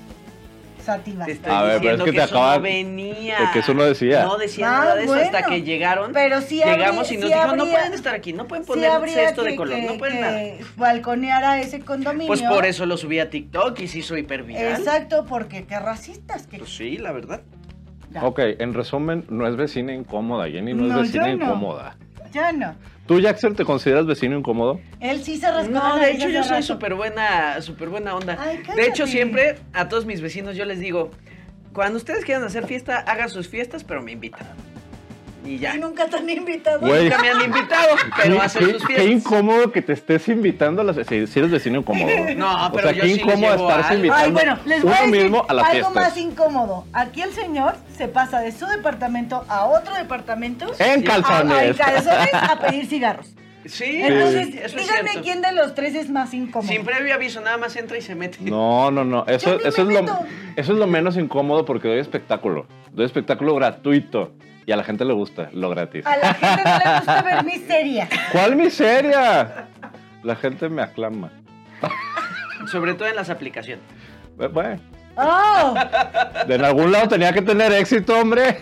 [SPEAKER 2] Sativa.
[SPEAKER 1] Te estoy
[SPEAKER 3] A ver, pero
[SPEAKER 1] diciendo
[SPEAKER 3] es que te
[SPEAKER 1] eso
[SPEAKER 3] acaba-
[SPEAKER 1] no venía.
[SPEAKER 3] de que eso no decía.
[SPEAKER 1] No decía
[SPEAKER 2] Ah,
[SPEAKER 1] nada de eso hasta
[SPEAKER 2] bueno.
[SPEAKER 1] que llegaron.
[SPEAKER 2] Pero sí
[SPEAKER 1] Llegamos
[SPEAKER 2] habría-
[SPEAKER 1] y nos
[SPEAKER 2] sí
[SPEAKER 1] dijo, no
[SPEAKER 2] habría-
[SPEAKER 1] pueden estar aquí, no pueden
[SPEAKER 2] Sí
[SPEAKER 1] poner
[SPEAKER 2] habría
[SPEAKER 1] esto de
[SPEAKER 2] que-
[SPEAKER 1] color, no
[SPEAKER 2] que-
[SPEAKER 1] pueden
[SPEAKER 2] que
[SPEAKER 1] nada.
[SPEAKER 2] balconear a ese condominio.
[SPEAKER 1] Pues por eso lo subí a TikTok y se hizo hiperviral.
[SPEAKER 2] Exacto, porque qué racistas que.
[SPEAKER 1] Pues sí, la verdad.
[SPEAKER 2] Ya.
[SPEAKER 3] Ok, en resumen, no es vecina incómoda, Jenny, no,
[SPEAKER 2] No,
[SPEAKER 3] es vecina
[SPEAKER 2] yo no.
[SPEAKER 3] incómoda.
[SPEAKER 2] Yo no.
[SPEAKER 3] ¿Tú, Jackson, te consideras vecino incómodo?
[SPEAKER 2] Él sí se rascó la
[SPEAKER 1] No, de
[SPEAKER 2] nariz
[SPEAKER 1] hecho yo
[SPEAKER 2] hace
[SPEAKER 1] soy
[SPEAKER 2] rato.
[SPEAKER 1] súper buena, súper buena onda.
[SPEAKER 2] Ay,
[SPEAKER 1] de hecho
[SPEAKER 2] cállate.
[SPEAKER 1] siempre a todos mis vecinos yo les digo, cuando ustedes quieran hacer fiesta, hagan sus fiestas, pero me invitan. Y ya.
[SPEAKER 2] Y nunca te han invitado.
[SPEAKER 3] Güey.
[SPEAKER 1] Nunca me han invitado, pero hacen sus
[SPEAKER 3] qué
[SPEAKER 1] fiestas.
[SPEAKER 3] incómodo que te estés invitando a las... Si, si eres vecino incómodo.
[SPEAKER 1] No,
[SPEAKER 3] o
[SPEAKER 1] pero
[SPEAKER 3] sea,
[SPEAKER 1] yo
[SPEAKER 3] qué
[SPEAKER 1] sí les
[SPEAKER 3] incómodo
[SPEAKER 1] llevo
[SPEAKER 3] estarse
[SPEAKER 1] algo.
[SPEAKER 3] invitando
[SPEAKER 2] Ay, bueno, les voy
[SPEAKER 3] uno
[SPEAKER 2] a decir
[SPEAKER 3] mismo a las
[SPEAKER 2] algo
[SPEAKER 3] fiestas.
[SPEAKER 2] más incómodo. Aquí el señor se pasa de su departamento a otro departamento.
[SPEAKER 3] En
[SPEAKER 1] Sí.
[SPEAKER 3] ¡Eh, calzones.
[SPEAKER 2] A, a- en calzones a pedir cigarros.
[SPEAKER 1] Sí,
[SPEAKER 2] Entonces,
[SPEAKER 1] eso es
[SPEAKER 2] díganme
[SPEAKER 1] cierto.
[SPEAKER 2] quién de los tres es más incómodo.
[SPEAKER 1] Sin previo aviso, nada más entra y se mete.
[SPEAKER 3] No, no, no.
[SPEAKER 2] Yo
[SPEAKER 3] Eso,
[SPEAKER 2] ni
[SPEAKER 3] eso, es
[SPEAKER 2] me
[SPEAKER 3] lo,
[SPEAKER 2] meto.
[SPEAKER 3] eso es lo menos incómodo porque doy espectáculo. Doy espectáculo gratuito. Y a la gente le gusta lo gratis.
[SPEAKER 2] A la gente no le gusta ver miseria.
[SPEAKER 3] ¿Cuál miseria? La gente me aclama.
[SPEAKER 1] Sobre todo en las aplicaciones.
[SPEAKER 3] Eh, Bueno,
[SPEAKER 2] ¡Oh!
[SPEAKER 3] de en algún lado tenía que tener éxito, hombre.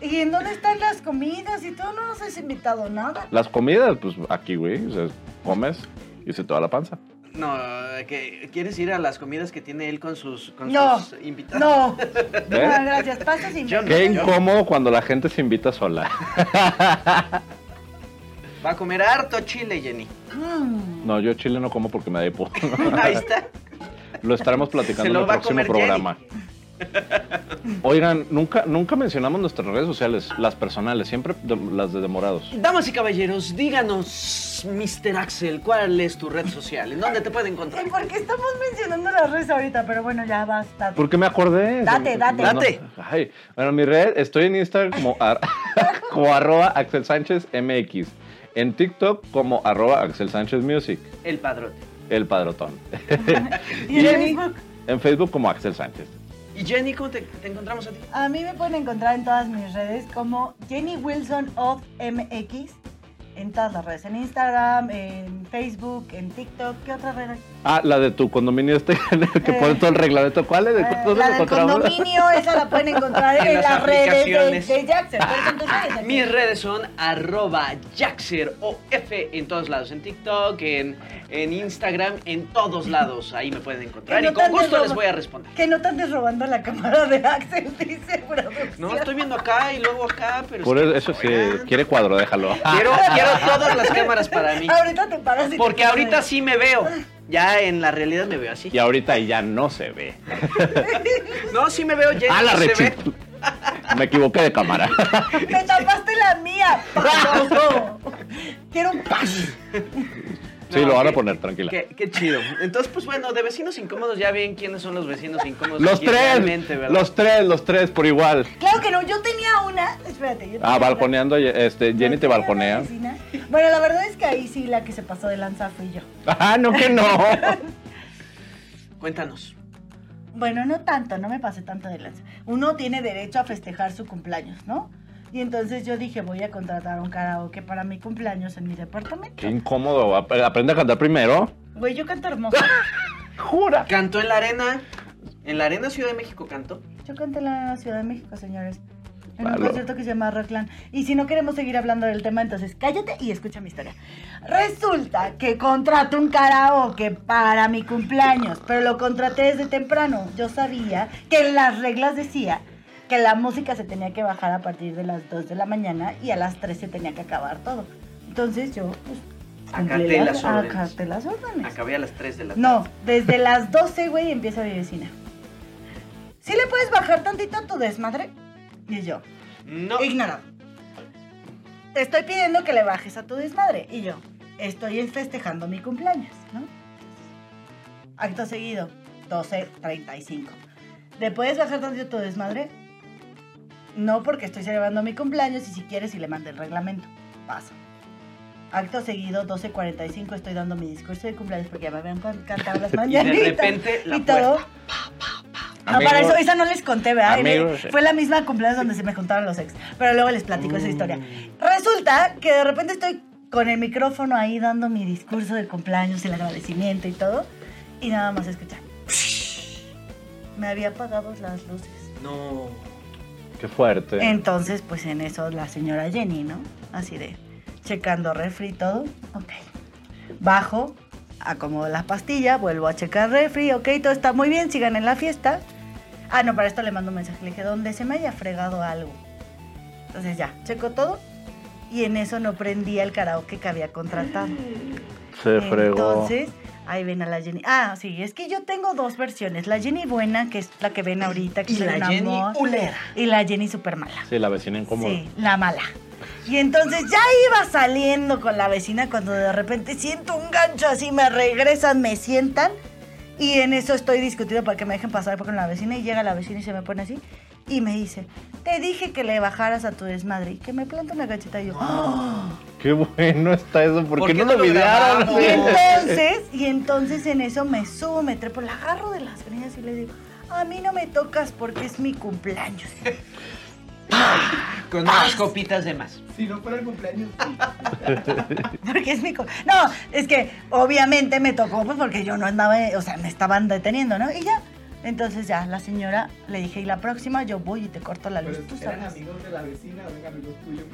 [SPEAKER 2] ¿Y en dónde están las comidas y todo? No nos has invitado nada.
[SPEAKER 3] Las comidas, pues aquí, güey. O sea, comes y se te va la panza.
[SPEAKER 1] No, que ¿quieres ir a las comidas que tiene él con sus, con
[SPEAKER 2] No,
[SPEAKER 1] sus invitados?
[SPEAKER 2] No. No,
[SPEAKER 3] ¿Eh?
[SPEAKER 2] gracias. Pasa sin
[SPEAKER 1] Yo no.
[SPEAKER 3] Qué incómodo cuando la gente se invita sola.
[SPEAKER 1] Va a comer harto chile, Jenny.
[SPEAKER 2] Mm.
[SPEAKER 3] No, yo chile no como porque me da hipo.
[SPEAKER 1] Ahí está.
[SPEAKER 3] Lo estaremos
[SPEAKER 1] Se
[SPEAKER 3] platicando en
[SPEAKER 1] lo
[SPEAKER 3] el
[SPEAKER 1] va a
[SPEAKER 3] próximo
[SPEAKER 1] comer
[SPEAKER 3] programa. Oigan, nunca, nunca mencionamos nuestras redes sociales, las personales, siempre de- las de Demorados.
[SPEAKER 1] Damas y caballeros, díganos, Mr. Axel, ¿cuál es tu red social? ¿En dónde te pueden encontrar?
[SPEAKER 2] Ay, ¿Por qué estamos mencionando las redes ahorita? Pero bueno, ya basta.
[SPEAKER 3] Porque me acordé.
[SPEAKER 2] Date, date.
[SPEAKER 1] Date.
[SPEAKER 3] Ay, bueno, mi red, estoy en Instagram como, ar- como arroba Axel Sánchez MX. En TikTok como arroba Axel Sánchez Music,
[SPEAKER 1] El padrote.
[SPEAKER 3] el padrotón.
[SPEAKER 2] ¿Y en
[SPEAKER 1] Jenny?
[SPEAKER 2] Facebook?
[SPEAKER 3] En Facebook como Axel Sánchez.
[SPEAKER 1] ¿Y Jenny, cómo te, te encontramos a ti?
[SPEAKER 2] A mí me pueden encontrar en todas mis redes como Jenny Wilson of MX. En todas las redes. En Instagram, en Facebook, en TikTok. ¿Qué otra red hay?
[SPEAKER 3] Ah, la de tu condominio este en el que
[SPEAKER 2] Eh.
[SPEAKER 3] pone todo el reglamento. ¿Cuál es? ¿De
[SPEAKER 2] Eh,
[SPEAKER 3] dónde
[SPEAKER 2] la
[SPEAKER 3] lo
[SPEAKER 2] del
[SPEAKER 3] encontramos?
[SPEAKER 2] condominio, esa la pueden encontrar en,
[SPEAKER 1] En las
[SPEAKER 2] las, redes
[SPEAKER 1] aplicaciones. Ah,
[SPEAKER 2] de, de Jackson. ¿Cuáles son tus redes, Jackson?
[SPEAKER 1] Mis redes son arroba Jaxer o F en todos lados, en TikTok, en, en Instagram, en todos lados. Ahí me pueden encontrar
[SPEAKER 2] Que no
[SPEAKER 1] y con
[SPEAKER 2] tardes,
[SPEAKER 1] gusto les
[SPEAKER 2] Robo.
[SPEAKER 1] voy a responder.
[SPEAKER 2] Que no están desrobando la cámara de Axel, dice producción.
[SPEAKER 1] No, estoy viendo acá y luego acá, pero... es
[SPEAKER 3] Por
[SPEAKER 1] que-
[SPEAKER 3] eso, si
[SPEAKER 1] Oigan,
[SPEAKER 3] quiere cuadro, déjalo. Ah,
[SPEAKER 1] Quiero, quiero todas las cámaras para mí.
[SPEAKER 2] Ahorita te paras y
[SPEAKER 1] Porque
[SPEAKER 2] te
[SPEAKER 1] ahorita sí me veo. Ya en la realidad me veo así.
[SPEAKER 3] Y ahorita ya no se ve.
[SPEAKER 1] No, sí me veo Jenny.
[SPEAKER 3] ¡A Ah, la
[SPEAKER 1] se
[SPEAKER 3] rechi!
[SPEAKER 1] ve.
[SPEAKER 3] Me equivoqué de cámara.
[SPEAKER 2] Me tapaste la mía, baboso. Quiero un paso.
[SPEAKER 3] Sí,
[SPEAKER 1] No,
[SPEAKER 3] lo van a
[SPEAKER 1] qué-
[SPEAKER 3] poner, tranquila.
[SPEAKER 1] Qué, qué chido. Entonces, pues bueno, de vecinos incómodos ya ven quiénes son los vecinos incómodos.
[SPEAKER 3] Los
[SPEAKER 1] aquí
[SPEAKER 3] tres,
[SPEAKER 1] realmente, ¿verdad?
[SPEAKER 3] los tres, los tres por igual.
[SPEAKER 2] Claro que no, yo tenía una. Espérate. Yo tenía
[SPEAKER 3] Ah,
[SPEAKER 2] una-
[SPEAKER 3] balconeando, este,
[SPEAKER 2] yo
[SPEAKER 3] Jenny te
[SPEAKER 2] tenía una
[SPEAKER 3] balconea.
[SPEAKER 2] vecina. Bueno, la verdad es que ahí sí la que se pasó de lanza fui yo.
[SPEAKER 3] Ah, no que no.
[SPEAKER 1] Cuéntanos.
[SPEAKER 2] Bueno, no tanto, no me pasé tanto de lanza. Uno tiene derecho a festejar su cumpleaños, ¿no? Y entonces yo dije, voy a contratar un karaoke para mi cumpleaños en mi departamento.
[SPEAKER 3] Qué incómodo. Ap- Aprende a cantar primero.
[SPEAKER 2] Güey, yo canto hermoso.
[SPEAKER 3] Jura.
[SPEAKER 1] Cantó en la arena. En la arena Ciudad de México cantó.
[SPEAKER 2] Yo canté en la Ciudad de México, señores. En un
[SPEAKER 3] Claro.
[SPEAKER 2] concierto que se llama Rockland. Y si no queremos seguir hablando del tema, entonces cállate y escucha mi historia. Resulta que contrato un karaoke para mi cumpleaños, pero lo contraté desde temprano. Yo sabía que en las reglas decía que la música se tenía que bajar a partir de las 2 de la mañana y a las 3 se tenía que acabar todo. Entonces yo, pues, cumplí
[SPEAKER 1] Acaté las órdenes.
[SPEAKER 2] acaté las órdenes.
[SPEAKER 1] Acabé a las 3 de la tarde.
[SPEAKER 2] No, desde las 12, güey, empieza mi vecina. ¿Sí le puedes bajar tantito a tu desmadre? Y yo,
[SPEAKER 1] No.
[SPEAKER 2] ignorado. Te estoy pidiendo que le bajes a tu desmadre. Y yo, estoy festejando mi cumpleaños, ¿no? Acto seguido, 12.35. ¿Le puedes bajar tantito a tu desmadre? No, porque estoy celebrando mi cumpleaños y si quieres, y le mandé el reglamento. Pasa. Acto seguido, 12.45, estoy dando mi discurso de cumpleaños porque ya me habían can- cantado las mañanitas.
[SPEAKER 1] repente, la
[SPEAKER 2] y todo. Ah, para
[SPEAKER 3] Amigos.
[SPEAKER 2] eso, esa no les conté, ¿verdad?
[SPEAKER 3] Amigos.
[SPEAKER 2] Fue la misma cumpleaños donde se me juntaron los ex. Pero luego les platico esa historia. Resulta que de repente estoy con el micrófono ahí dando mi discurso de cumpleaños, el agradecimiento y todo. Y nada más escuchar. Me había apagado las luces.
[SPEAKER 1] No.
[SPEAKER 3] Qué fuerte.
[SPEAKER 2] Entonces, pues en eso la señora Jenny, ¿no? Así de checando refri y todo. Ok. Bajo, acomodo las pastillas, vuelvo a checar refri. Ok, todo está muy bien, sigan en la fiesta. Ah, no, para esto le mando un mensaje. Le dije, donde se me haya fregado algo. Entonces ya, checo todo. Y en eso no prendía el karaoke que había contratado.
[SPEAKER 3] Se fregó.
[SPEAKER 2] Entonces, ahí ven a la Jenny. Ah, sí, es que yo tengo dos versiones. La Jenny buena, que es la que ven ahorita, que
[SPEAKER 1] Y
[SPEAKER 2] soy
[SPEAKER 1] la
[SPEAKER 2] un
[SPEAKER 1] Jenny
[SPEAKER 2] amor.
[SPEAKER 1] Ulera.
[SPEAKER 2] Y la Jenny super mala.
[SPEAKER 3] Sí, la vecina incómoda.
[SPEAKER 2] Sí, la mala. Y entonces ya iba saliendo con la vecina cuando de repente siento un gancho así, me regresan, me sientan. Y en eso estoy discutiendo para que me dejen pasar con la vecina. Y llega la vecina y se me pone así. Y me dice, te dije que le bajaras a tu desmadre y que me planta una gacheta. Y yo, "Ah".
[SPEAKER 3] Qué bueno está eso. ¿Por,
[SPEAKER 1] ¿Por
[SPEAKER 3] qué
[SPEAKER 1] qué
[SPEAKER 3] no
[SPEAKER 1] no
[SPEAKER 3] lo
[SPEAKER 1] lo
[SPEAKER 3] videaron?
[SPEAKER 1] grabamos?
[SPEAKER 2] Y
[SPEAKER 1] Sí.
[SPEAKER 2] entonces, y entonces en eso me subo, me trepo, la agarro de las greñas y le digo, a mí no me tocas porque es mi cumpleaños.
[SPEAKER 1] Con unas copitas de más.
[SPEAKER 4] Si no fuera el cumpleaños, sí.
[SPEAKER 2] Porque es mi... co- No, es que obviamente me tocó pues, porque yo no andaba, o sea, me estaban deteniendo, ¿no? Y ya. Entonces ya, la señora le dije, y la próxima yo voy y te corto la luz,
[SPEAKER 4] Pero
[SPEAKER 2] tú
[SPEAKER 4] pues, eran
[SPEAKER 2] sabes.
[SPEAKER 4] amigos de la vecina, eran amigos tuyos.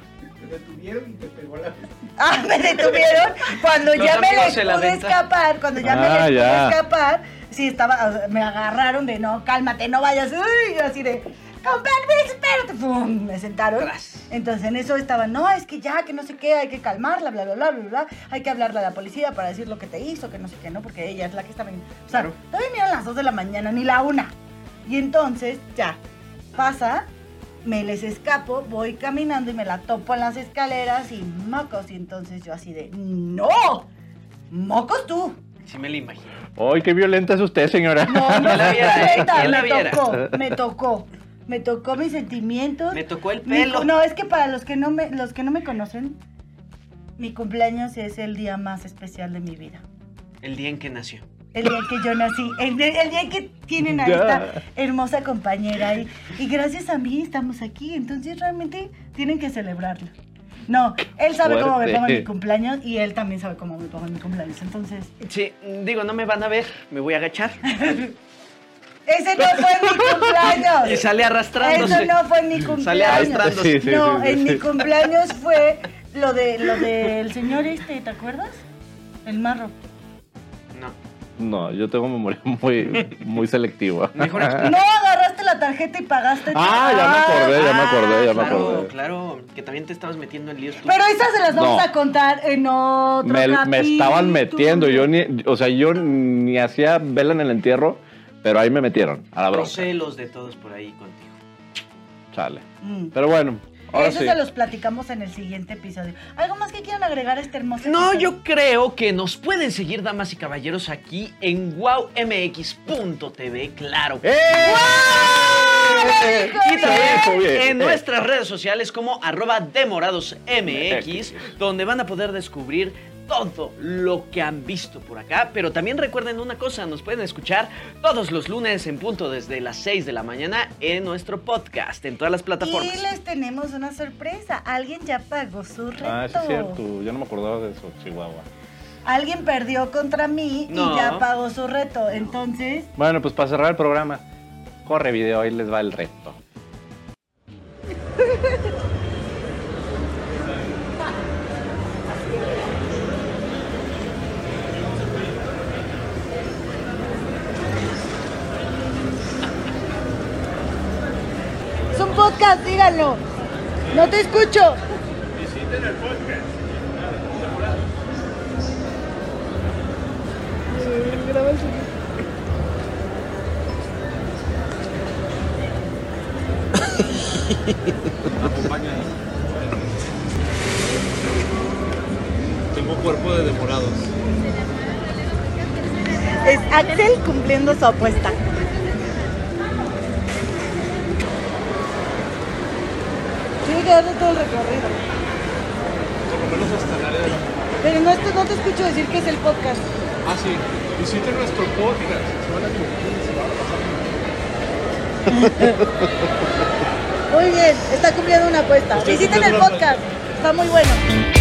[SPEAKER 4] Te detuvieron y te pegó la vecina.
[SPEAKER 2] Ah, me detuvieron cuando
[SPEAKER 1] Los
[SPEAKER 2] ya me
[SPEAKER 1] amigos
[SPEAKER 2] les
[SPEAKER 1] se la
[SPEAKER 2] pude
[SPEAKER 1] aventan.
[SPEAKER 2] escapar, cuando ya
[SPEAKER 3] Ah,
[SPEAKER 2] me les
[SPEAKER 3] ya.
[SPEAKER 2] pude escapar, sí estaba, o sea, me agarraron de no, cálmate, no vayas, uy, yo así de, con permiso, espérate, pum, me sentaron.
[SPEAKER 1] Tras.
[SPEAKER 2] Entonces en eso estaban, no, es que ya, que no sé qué, hay que calmarla, bla, bla, bla, bla, bla, hay que hablarle a la policía para decir lo que te hizo, que no sé qué, ¿no? Porque ella es la que estaba... en- O sea,
[SPEAKER 1] Claro.
[SPEAKER 2] todavía ni eran las 2 de la mañana, ni la 1. Y entonces, ya, pasa, me les escapo, voy caminando y me la topo en las escaleras y mocos. Y entonces yo así de, no, mocos tú.
[SPEAKER 1] Sí me lo imagino.
[SPEAKER 3] ¡Ay, qué violenta es usted, señora!
[SPEAKER 2] No, no,
[SPEAKER 1] ¿Quién la viera, eh?
[SPEAKER 2] neta,
[SPEAKER 1] ¿Quién la
[SPEAKER 2] me
[SPEAKER 1] viera?
[SPEAKER 2] tocó, me tocó. Me tocó mis sentimientos.
[SPEAKER 1] Me tocó el
[SPEAKER 2] Mi
[SPEAKER 1] pelo.
[SPEAKER 2] cu- no, es que para los que no me, los que no me conocen, mi cumpleaños es el día más especial de mi vida.
[SPEAKER 1] El día en que nació.
[SPEAKER 2] El día que yo nací, el, de- el día en que tienen a
[SPEAKER 3] Ya.
[SPEAKER 2] esta hermosa compañera y, y gracias a mí estamos aquí, entonces realmente tienen que celebrarlo. No, él sabe cómo me
[SPEAKER 3] fuerte.
[SPEAKER 2] pongo en mi cumpleaños y él también sabe cómo me pongo en mi cumpleaños, entonces
[SPEAKER 1] Sí, digo, no me van a ver, me voy a agachar.
[SPEAKER 2] ese no fue mi cumpleaños.
[SPEAKER 1] Y sale
[SPEAKER 2] Eso
[SPEAKER 1] arrastrándose.
[SPEAKER 2] no fue en mi cumpleaños.
[SPEAKER 1] Sale arrastrándose.
[SPEAKER 3] Sí, sí,
[SPEAKER 2] no,
[SPEAKER 3] sí,
[SPEAKER 2] en
[SPEAKER 3] sí.
[SPEAKER 2] mi cumpleaños fue lo de lo del señor este, ¿te acuerdas? El marro.
[SPEAKER 1] No.
[SPEAKER 3] No, yo tengo memoria muy, muy selectiva.
[SPEAKER 1] Mejor
[SPEAKER 2] No agarraste la tarjeta y pagaste.
[SPEAKER 3] Ah, ya me acordé, ya me acordé, ya me
[SPEAKER 1] Ah, Claro,
[SPEAKER 3] acordé.
[SPEAKER 1] claro, que también te estabas metiendo en líos tú.
[SPEAKER 2] Pero esas se las vamos
[SPEAKER 3] No.
[SPEAKER 2] a contar en otro
[SPEAKER 3] Me, me
[SPEAKER 2] capítulo.
[SPEAKER 3] estaban metiendo, yo ni, o sea, yo ni hacía vela en el entierro, pero ahí me metieron, a la
[SPEAKER 1] los
[SPEAKER 3] bronca.
[SPEAKER 1] celos de todos por ahí contigo.
[SPEAKER 3] Chale.
[SPEAKER 2] Mm.
[SPEAKER 3] Pero bueno, ahora
[SPEAKER 2] Eso
[SPEAKER 3] sí.
[SPEAKER 2] se los platicamos en el siguiente episodio. ¿Algo más que quieran agregar a este hermoso
[SPEAKER 1] No,
[SPEAKER 2] episodio?
[SPEAKER 1] yo creo que nos pueden seguir, damas y caballeros, aquí en wowmx.tv, claro.
[SPEAKER 3] ¡Eh!
[SPEAKER 1] Y también
[SPEAKER 3] Oye,
[SPEAKER 1] en
[SPEAKER 3] eh.
[SPEAKER 1] nuestras redes sociales como arroba
[SPEAKER 3] eh,
[SPEAKER 1] demoradosmx, donde van a poder descubrir todo lo que han visto por acá. Pero también recuerden una cosa, nos pueden escuchar todos los lunes en punto desde las 6 de la mañana en nuestro podcast, en todas las plataformas.
[SPEAKER 2] Y les tenemos una sorpresa. Alguien ya pagó su reto.
[SPEAKER 3] Ah, sí es cierto, yo no me acordaba de eso, Chihuahua.
[SPEAKER 2] Alguien perdió contra mí
[SPEAKER 1] No.
[SPEAKER 2] y ya pagó su reto. Entonces,
[SPEAKER 3] Bueno, pues para cerrar el programa, corre video, ahí les va el reto.
[SPEAKER 2] es un podcast, díganlo. No te escucho.
[SPEAKER 5] Tengo cuerpo de demorados.
[SPEAKER 2] Es Axel cumpliendo su apuesta. Tiene que darle todo el recorrido.
[SPEAKER 5] Por lo menos hasta el área de la...
[SPEAKER 2] Pero no, esto, no te escucho decir que es el podcast.
[SPEAKER 5] Ah, sí. Visiten nuestro podcast. Se van a divertir, se van a pasar.
[SPEAKER 2] Muy bien, está cumpliendo una apuesta.
[SPEAKER 5] Estoy
[SPEAKER 2] Visiten el
[SPEAKER 5] cumpliendo una
[SPEAKER 2] podcast. Está muy bueno.
[SPEAKER 5] bien.